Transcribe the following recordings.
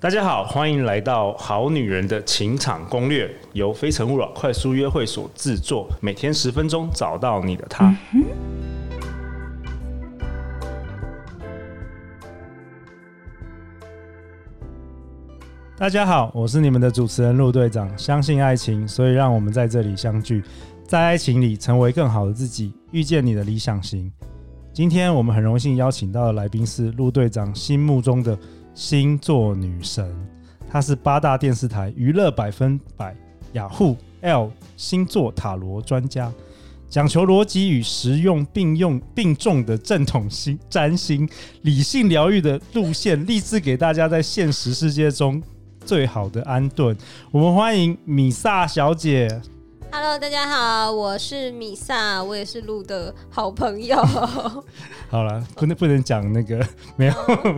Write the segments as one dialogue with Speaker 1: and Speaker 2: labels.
Speaker 1: 大家好，欢迎来到《好女人的情场攻略》，由非诚勿扰快速约会所制作，每天十分钟，找到你的他。大家好，我是你们的主持人陆队长。相信爱情，所以让我们在这里相聚，在爱情里成为更好的自己，遇见你的理想型。今天我们很荣幸邀请到的来宾是陆队长心目中的星座女神，她是八大电视台娱乐百分百、雅虎 L 星座塔罗专家，讲求逻辑与实用并用并重的正统星占星理性疗愈的路线，立志给大家在现实世界中最好的安顿。我们欢迎米萨小姐。
Speaker 2: Hello，大家好，我是米萨，我也是鹿的好 朋友。
Speaker 1: 好了，不能不能讲那个， 没有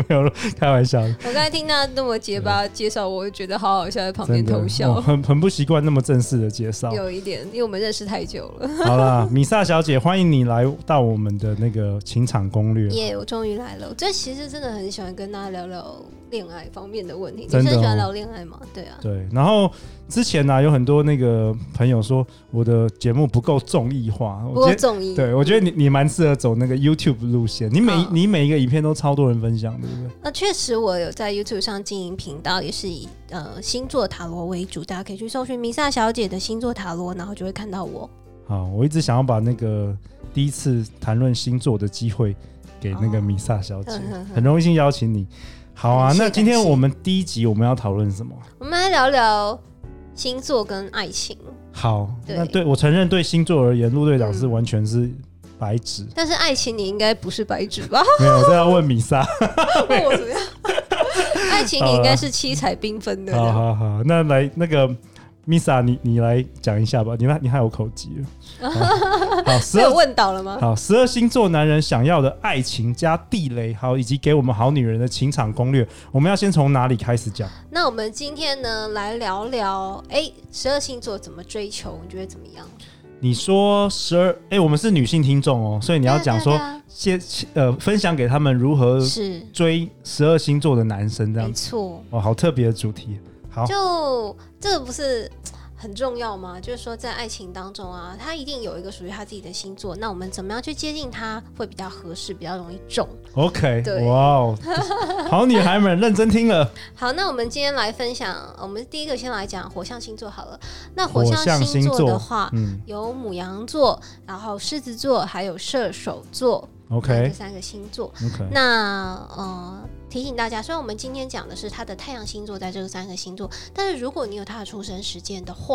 Speaker 1: 没有开玩笑的。
Speaker 2: 我刚才听到那么结巴介绍，我就觉得好好笑，在旁
Speaker 1: 真
Speaker 2: 边
Speaker 1: 的，哦
Speaker 2: 偷
Speaker 1: 我
Speaker 2: 笑，
Speaker 1: 很很不习惯那么正式的介绍。
Speaker 2: 有一点，因为我们认识太久了。
Speaker 1: 好啦，米萨小姐，欢迎你来到我们的那个情场攻略。
Speaker 2: 耶我终于来了。这其实真的很喜欢跟大家聊聊恋爱方面的问题。女
Speaker 1: 真
Speaker 2: 生
Speaker 1: 的哦
Speaker 2: 喜欢聊恋爱吗？对啊，
Speaker 1: 对，然后之前呢、有很多那个朋友说我的节目不够综艺化，
Speaker 2: 不
Speaker 1: 我
Speaker 2: 过
Speaker 1: 觉得。
Speaker 2: 综艺，
Speaker 1: 对，我觉得你你蛮适合走那个 YouTube 路线，你每、
Speaker 2: 嗯
Speaker 1: 你每一个影片都超多人分享，对不对？
Speaker 2: 那确实，我有在 YouTube 上经营频道，也是以呃星座塔罗为主，大家可以去搜寻米萨小姐的星座塔罗，然后就会看到我。
Speaker 1: 好，我一直想要把那个第一次谈论星座的机会给那个
Speaker 2: 哦
Speaker 1: 米萨小 姐，
Speaker 2: 呵呵呵
Speaker 1: 很荣幸邀请你。好啊
Speaker 2: 感，谢
Speaker 1: 那今天
Speaker 2: 感谢
Speaker 1: 我们第一集我们要讨论什么？
Speaker 2: 我们来聊聊星座跟爱情。
Speaker 1: 好，
Speaker 2: 对
Speaker 1: 那对我承认，对星座而言，陆队长是
Speaker 2: 嗯
Speaker 1: 完全是白纸，
Speaker 2: 但是爱情你应该不是白纸 吧？
Speaker 1: 没有这要问米莎。
Speaker 2: 问我怎么样？爱情你应该是七彩缤纷的。
Speaker 1: 好好好，那来那个米莎，你你来讲一下吧，你那你还有口疾了。 好好，十
Speaker 2: 没有
Speaker 1: 二
Speaker 2: 问到了吗？
Speaker 1: 好十二星座男人想要的爱情加地雷，好，以及给我们好女人的情场攻略，我们要先从哪里开始讲？
Speaker 2: 那我们今天呢，来聊聊，哎、十二星座怎么追求？你觉得怎么样？
Speaker 1: 你说十二，哎，我们是女性听众哦，所以你
Speaker 2: 你
Speaker 1: 要讲说先呃分享给他们如何
Speaker 2: 是
Speaker 1: 追十二星座的男生这样
Speaker 2: 没
Speaker 1: 子。
Speaker 2: 错，
Speaker 1: 哦，好特别的主题。好，
Speaker 2: 就这个不是。很重要吗？就是说，在爱情当中啊，他一定有一个属于他自己的星座。那我们怎么样去接近他会比较合适，比较容易中？
Speaker 1: OK，
Speaker 2: 对
Speaker 1: 哇 哦，好女孩们认真听了。
Speaker 2: 好，那我们今天来分享，我们第一个先来讲火象星座好了。那
Speaker 1: 火
Speaker 2: 火
Speaker 1: 象
Speaker 2: 象
Speaker 1: 星
Speaker 2: 星
Speaker 1: 座
Speaker 2: 座的话，
Speaker 1: 嗯
Speaker 2: 有母羊座，然后狮子座，还有射手座这
Speaker 1: ，OK
Speaker 2: 三个星座。
Speaker 1: OK，
Speaker 2: 那呃，提醒大家，虽然我们今天讲的是他的太阳星座在这三个星座，但是如果你有他的出生时间的话，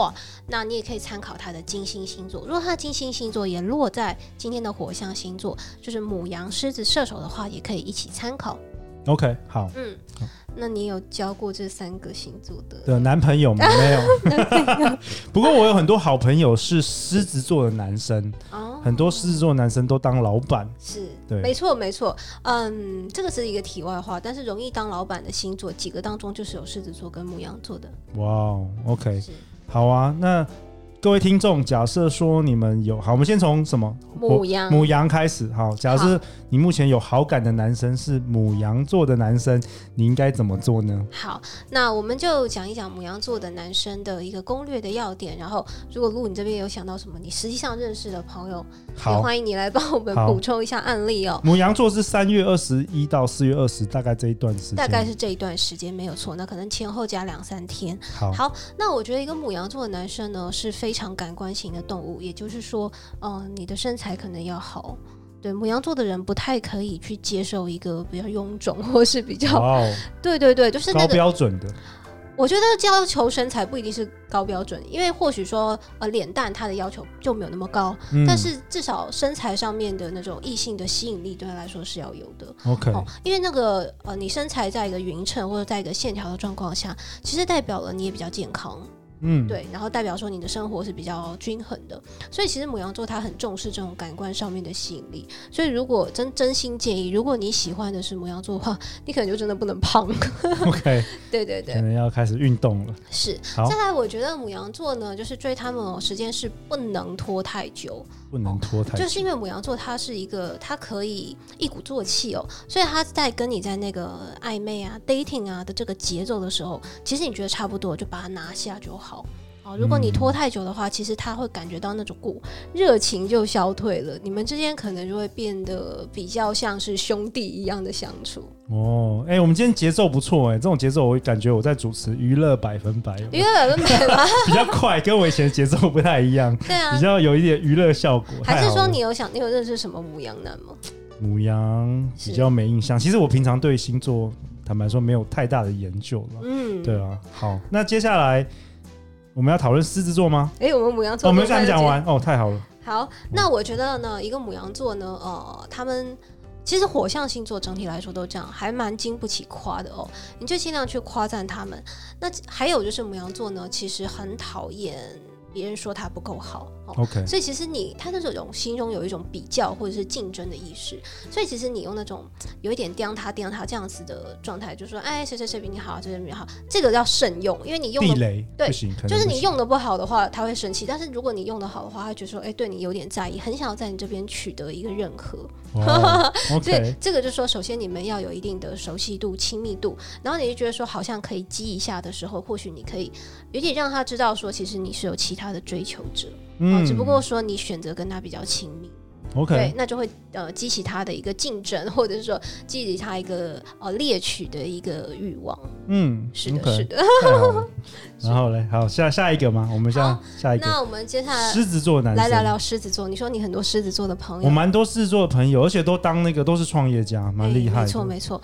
Speaker 2: 那你也可以参考他的金星星座。如果他的金星星座也落在今天的火象星座，就是母羊、狮子、射手的话，也可以一起参考。
Speaker 1: OK，好
Speaker 2: 嗯
Speaker 1: 好，
Speaker 2: 那你有教过这三个星座的？
Speaker 1: 的男朋友 们没有，不过我有很多好朋友是狮子座的男生，
Speaker 2: 哦，
Speaker 1: 很多狮子座的男生都当老板。
Speaker 2: 是，
Speaker 1: 对
Speaker 2: 没错没错。嗯，这个是一个题外话，但是容易当老板的星座几个当中，就是有狮子座跟牧羊座的。
Speaker 1: 哇哦，OK，
Speaker 2: 是
Speaker 1: 好啊，那。各位听众，假设说你们有好，我们先从什么
Speaker 2: 母羊
Speaker 1: 母羊开始。好，假设你目前有好感的男生是母羊座的男生，你应该怎么做呢？
Speaker 2: 好，那我们就讲一讲母羊座的男生的一个攻略的要点。然后，如果露你这边有想到什么，你实际上认识的朋友，也
Speaker 1: 好，
Speaker 2: 欢迎你来帮我们
Speaker 1: 好
Speaker 2: 补充一下案例哦。
Speaker 1: 母羊座是三月二十一到四月二十，大概这一段时间。
Speaker 2: 大概是这一段时间没有错，那可能前后加两三天。
Speaker 1: 好，
Speaker 2: 好，那我觉得一个母羊座的男生呢是非常感官型的动物，也就是说，嗯、你的身材可能要好。对母羊座的人不太可以去接受一个比较臃肿或是比较，
Speaker 1: 哇哦，
Speaker 2: 对对对，就是那
Speaker 1: 高
Speaker 2: 个，
Speaker 1: 标准的，
Speaker 2: 我觉得要求身材不一定是高标准，因为或许说呃脸蛋他的要求就没有那么高，
Speaker 1: 嗯
Speaker 2: 但是至少身材上面的那种异性的吸引力对他来说是要有的。
Speaker 1: 嗯 OK，
Speaker 2: 哦，因为那个呃，你身材在一个匀称或者在一个线条的状况下，其实代表了你也比较健康。
Speaker 1: 嗯，，
Speaker 2: 对，然后代表说你的生活是比较均衡的，所以其实母羊座他很重视这种感官上面的吸引力，所以如果真真心建议，如果你喜欢的是母羊座的话，你可能就真的不能胖。
Speaker 1: OK，
Speaker 2: 对对
Speaker 1: 可
Speaker 2: 对，
Speaker 1: 能要开始运动了。
Speaker 2: 是。
Speaker 1: 嗯好
Speaker 2: 再，来，我觉得母羊座呢，就是追他们哦，时间是不能拖太久，
Speaker 1: 不能拖太久
Speaker 2: 就。是因为母羊座它是一个，它可以一鼓作气哦，所以他在跟你在那个暧昧啊、dating 啊的这个节奏的时候，其实你觉得差不多就把它拿下就好。哦，如果你
Speaker 1: 嗯
Speaker 2: 拖太久的话，其实他会感觉到那种过热情就消退了，你们之间可能就会变得比较像是兄弟一样的相处。
Speaker 1: 哦，哎、我们今天节奏不错哎、这种节奏我感觉我在主持娱乐百分百，
Speaker 2: 因为百分百吗？
Speaker 1: 比较快，跟我以前的节奏不太一样，
Speaker 2: 对 啊
Speaker 1: 比，较有一点娱乐效果。
Speaker 2: 还是
Speaker 1: 太好
Speaker 2: 说
Speaker 1: 了
Speaker 2: 你有想你有认识什么母羊男吗？
Speaker 1: 母羊比较没印象？其实我平常对星座坦白说没有太大的研究了。
Speaker 2: 嗯，
Speaker 1: 对啊，好，那接下来我们要讨论狮子座吗？
Speaker 2: 哎、我们母羊
Speaker 1: 哦
Speaker 2: 座
Speaker 1: 我们
Speaker 2: 都
Speaker 1: 还没
Speaker 2: 快乐
Speaker 1: 讲
Speaker 2: 节
Speaker 1: 完哦，太好了，
Speaker 2: 好，那我觉得呢，一个母羊座呢，呃，他们其实火象星座整体来说都这样，还蛮经不起夸的哦。你就尽量去夸赞他们。那还有就是母羊座呢，其实很讨厌别人说他不够好哦。
Speaker 1: OK，
Speaker 2: 所以其实你他那种心中有一种比较或者是竞争的意识，所以其实你用那种有一点刁他刁他这样子的状态，就说哎谁谁谁比你好，谁谁比你好，这个要慎用，因为你用
Speaker 1: 地
Speaker 2: 的
Speaker 1: 雷
Speaker 2: 对
Speaker 1: 不行，可能
Speaker 2: 就是
Speaker 1: 不
Speaker 2: 你
Speaker 1: 行
Speaker 2: 用的不好的话，他会生气；但是如果你用的好的话，他觉得说，哎、对你有点在意，很想要在你这边取得一个认可。
Speaker 1: 哦
Speaker 2: 所以
Speaker 1: ，OK，
Speaker 2: 这个就说，首先你们要有一定的熟悉度、亲密度，然后你就觉得说，好像可以激一下的时候，或许你可以有点让他知道说，其实你是有其他的追求者，哦只不过说你选择跟他比较亲密，对
Speaker 1: 嗯 OK，，
Speaker 2: 那就会呃激起他的一个竞争，或者是说激起他一个呃猎取的一个欲望。
Speaker 1: 嗯，
Speaker 2: 是的
Speaker 1: OK
Speaker 2: 是的。
Speaker 1: 太好了。然后嘞，好，下下一个吗？我们下
Speaker 2: 好
Speaker 1: 下一个
Speaker 2: 那我们接下来
Speaker 1: 狮子座男生
Speaker 2: 来聊聊狮子座。你说你很多狮子座的朋友，
Speaker 1: 我蛮多狮子座的朋友，而且都当那个都是创业家，蛮厉害
Speaker 2: 哎
Speaker 1: 的。
Speaker 2: 没错没错，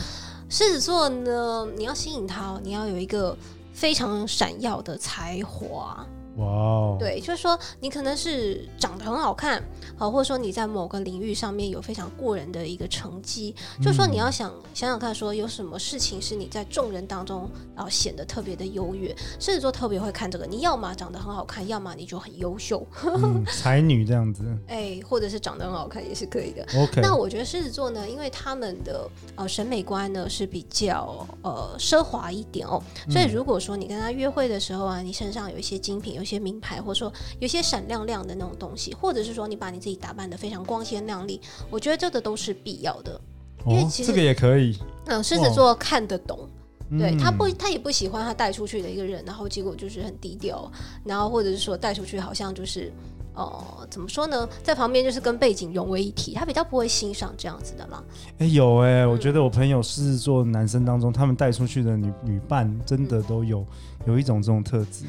Speaker 2: 狮子座呢，你要吸引他哦，你要有一个非常闪耀的才华。
Speaker 1: 哇哦，，
Speaker 2: 对，就是说你可能是长得很好看，好，或者说你在某个领域上面有非常过人的一个成绩，
Speaker 1: 嗯
Speaker 2: 就是说你要想、想想看，说有什么事情是你在众人当中然后显得特别的优越，狮子座特别会看这个。你要么长得很好看，要么你就很优秀，
Speaker 1: 嗯，才女这 样子。
Speaker 2: 哎，或者是长得很好看也是可以的。
Speaker 1: OK，
Speaker 2: 那我觉得狮子座呢，因为他们的呃审美观呢是比较呃奢华一点哦，所以如果说你跟他约会的时候啊，你身上有一些精品，有一些名牌，或者说有一些闪亮亮的那种东西，或者是说你把你自己打扮得非常光鲜亮丽，我觉得这个都是必要的。因为
Speaker 1: 哦，
Speaker 2: 其实
Speaker 1: 这个也可以。
Speaker 2: 嗯、狮子座看得懂，对
Speaker 1: 嗯
Speaker 2: 他不，他也不喜欢他带出去的一个人，然后结果就是很低调，然后或者是说带出去好像就是，呃，怎么说呢，在旁边就是跟背景融为一体，他比较不会欣赏这样子的啦。
Speaker 1: 哎、有哎、
Speaker 2: 嗯
Speaker 1: 我觉得我朋友狮子座男生当中，他们带出去的女女伴真的都
Speaker 2: 嗯
Speaker 1: 有有一种这种特质。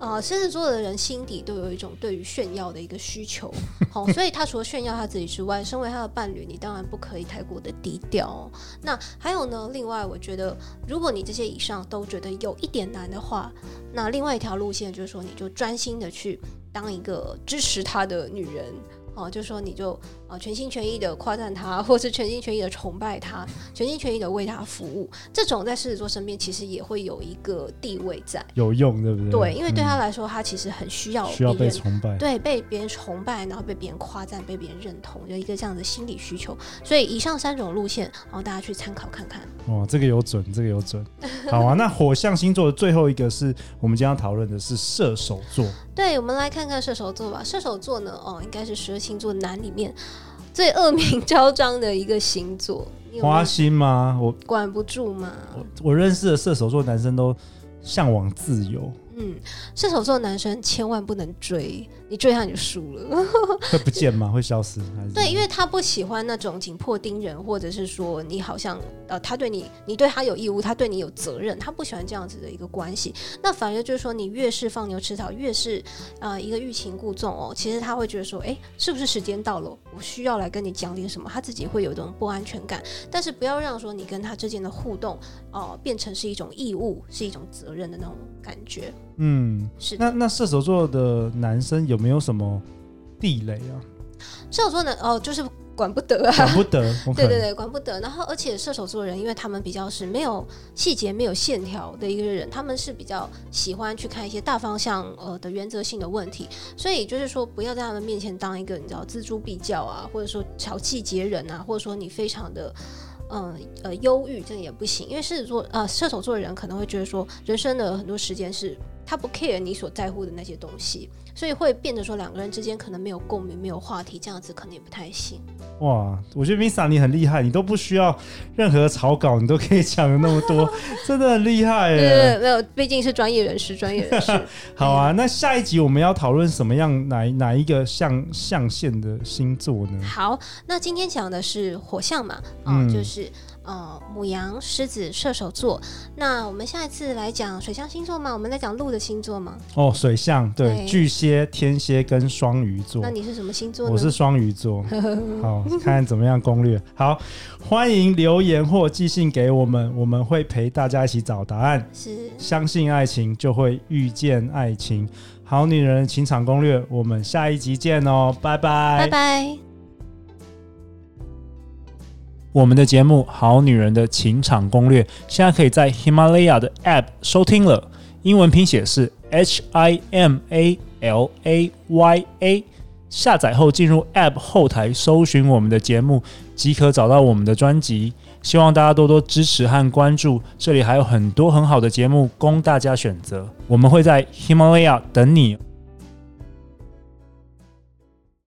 Speaker 2: 呃，狮子座的人心底都有一种对于炫耀的一个需求，好、所以他除了炫耀他自己之外，身为他的伴侣，你当然不可以太过的低调、哦。那还有呢，另外我觉得，如果你这些以上都觉得有一点难的话，那另外一条路线就是说，你就专心的去当一个支持他的女人。哦，就说你就呃全心全意的夸赞他，或是全心全意的崇拜他，全心全意的为他服务，这种在狮子座身边其实也会有一个地位在。
Speaker 1: 有用，对不对？
Speaker 2: 对，因为对他
Speaker 1: 嗯、
Speaker 2: 来说，他其实很需要
Speaker 1: 需要
Speaker 2: 别
Speaker 1: 被
Speaker 2: 人。
Speaker 1: 崇拜。
Speaker 2: 对，被别人崇拜，然后被别人夸赞，被别人认同，有一个这样的心理需求。所以以上三种路线，然后大家去参考看看。
Speaker 1: 哦，这个有准，这个有准。好啊，那火象星座的最后一个是我们今天要讨论的是射手座。
Speaker 2: 对，我们来看看射手座吧。射手座呢，哦，应该是十二星座男里面最恶名昭彰的一个星座。你有没
Speaker 1: 花
Speaker 2: 有
Speaker 1: 心吗？我
Speaker 2: 管不住吗？
Speaker 1: 我认识的射手座男生都向往自由，
Speaker 2: 嗯，射手座男生千万不能追，你追他你就输了。
Speaker 1: 会不见吗？会消失？还是
Speaker 2: 对，因为他不喜欢那种紧迫盯人，或者是说你好像呃，他对你，你对他有义务，他对你有责任，他不喜欢这样子的一个关系。那反而就是说，你越是放牛吃草，越是呃一个欲擒故纵哦，其实他会觉得说，哎，是不是时间到了，我需要来跟你讲点什么？他自己会有一种不安全感。但是不要让说你跟他之间的互动哦、呃变成是一种义务，是一种责任的那种感觉。
Speaker 1: 嗯，
Speaker 2: 是
Speaker 1: 那那射手座的男生有没有什么地雷啊？
Speaker 2: 射手座呢，哦、就是管不得啊。
Speaker 1: 管不得。
Speaker 2: 对对，对，管不得。然后，而且射手座人，因为他们比较是没有细节、没有线条的一个人，他们是比较喜欢去看一些大方向呃的原则性的问题。所以就是说，不要在他们面前当一个你知道锱铢必较啊，或者说小气节人啊，或者说你非常的。嗯呃，忧郁这也不行，因为狮子座呃射手座的人可能会觉得说，人生的很多时间是他不 care 你所在乎的那些东西，所以会变得说两个人之间可能没有共鸣、没有话题，这样子可能也不太行。
Speaker 1: 哇，我觉得 Misa 你很厉害，你都不需要任何草稿，你都可以讲的那么 多，真的很厉害
Speaker 2: 对对
Speaker 1: 耶。
Speaker 2: 对，没有，毕竟是专业人士，专业人士。
Speaker 1: 好啊，那下一集我们要讨论什么样哪哪一个象象限的星座呢？
Speaker 2: 好，那今天讲的是火象嘛，啊、
Speaker 1: 嗯
Speaker 2: 就是呃母羊、狮子、射手座。那我们下一次来讲水象星座吗？我们来讲鹿的星座吗？
Speaker 1: 哦，水象对，
Speaker 2: 对
Speaker 1: 巨蟹、天蝎跟双鱼座
Speaker 2: 那。你是什么星座呢？
Speaker 1: 我是双鱼座， 好，看看怎么样攻略。好，欢迎留言或寄信给我们，我们会陪大家一起找答案。
Speaker 2: 是
Speaker 1: 相信爱情，就会遇见爱情。好女人情场攻略，我们下一集见哦，拜拜。
Speaker 2: 拜拜。
Speaker 1: 我们的节目《好女人的情场攻略》现在可以在 Himalaya 的 App 收听了，英文拼写是 H I M A L A Y A。下载后进入 App 后台搜寻我们的节目，即可找到我们的专辑。希望大家多多支持和关注，这里还有很多很好的节目供大家选择。我们会在 Himalaya 等你。哦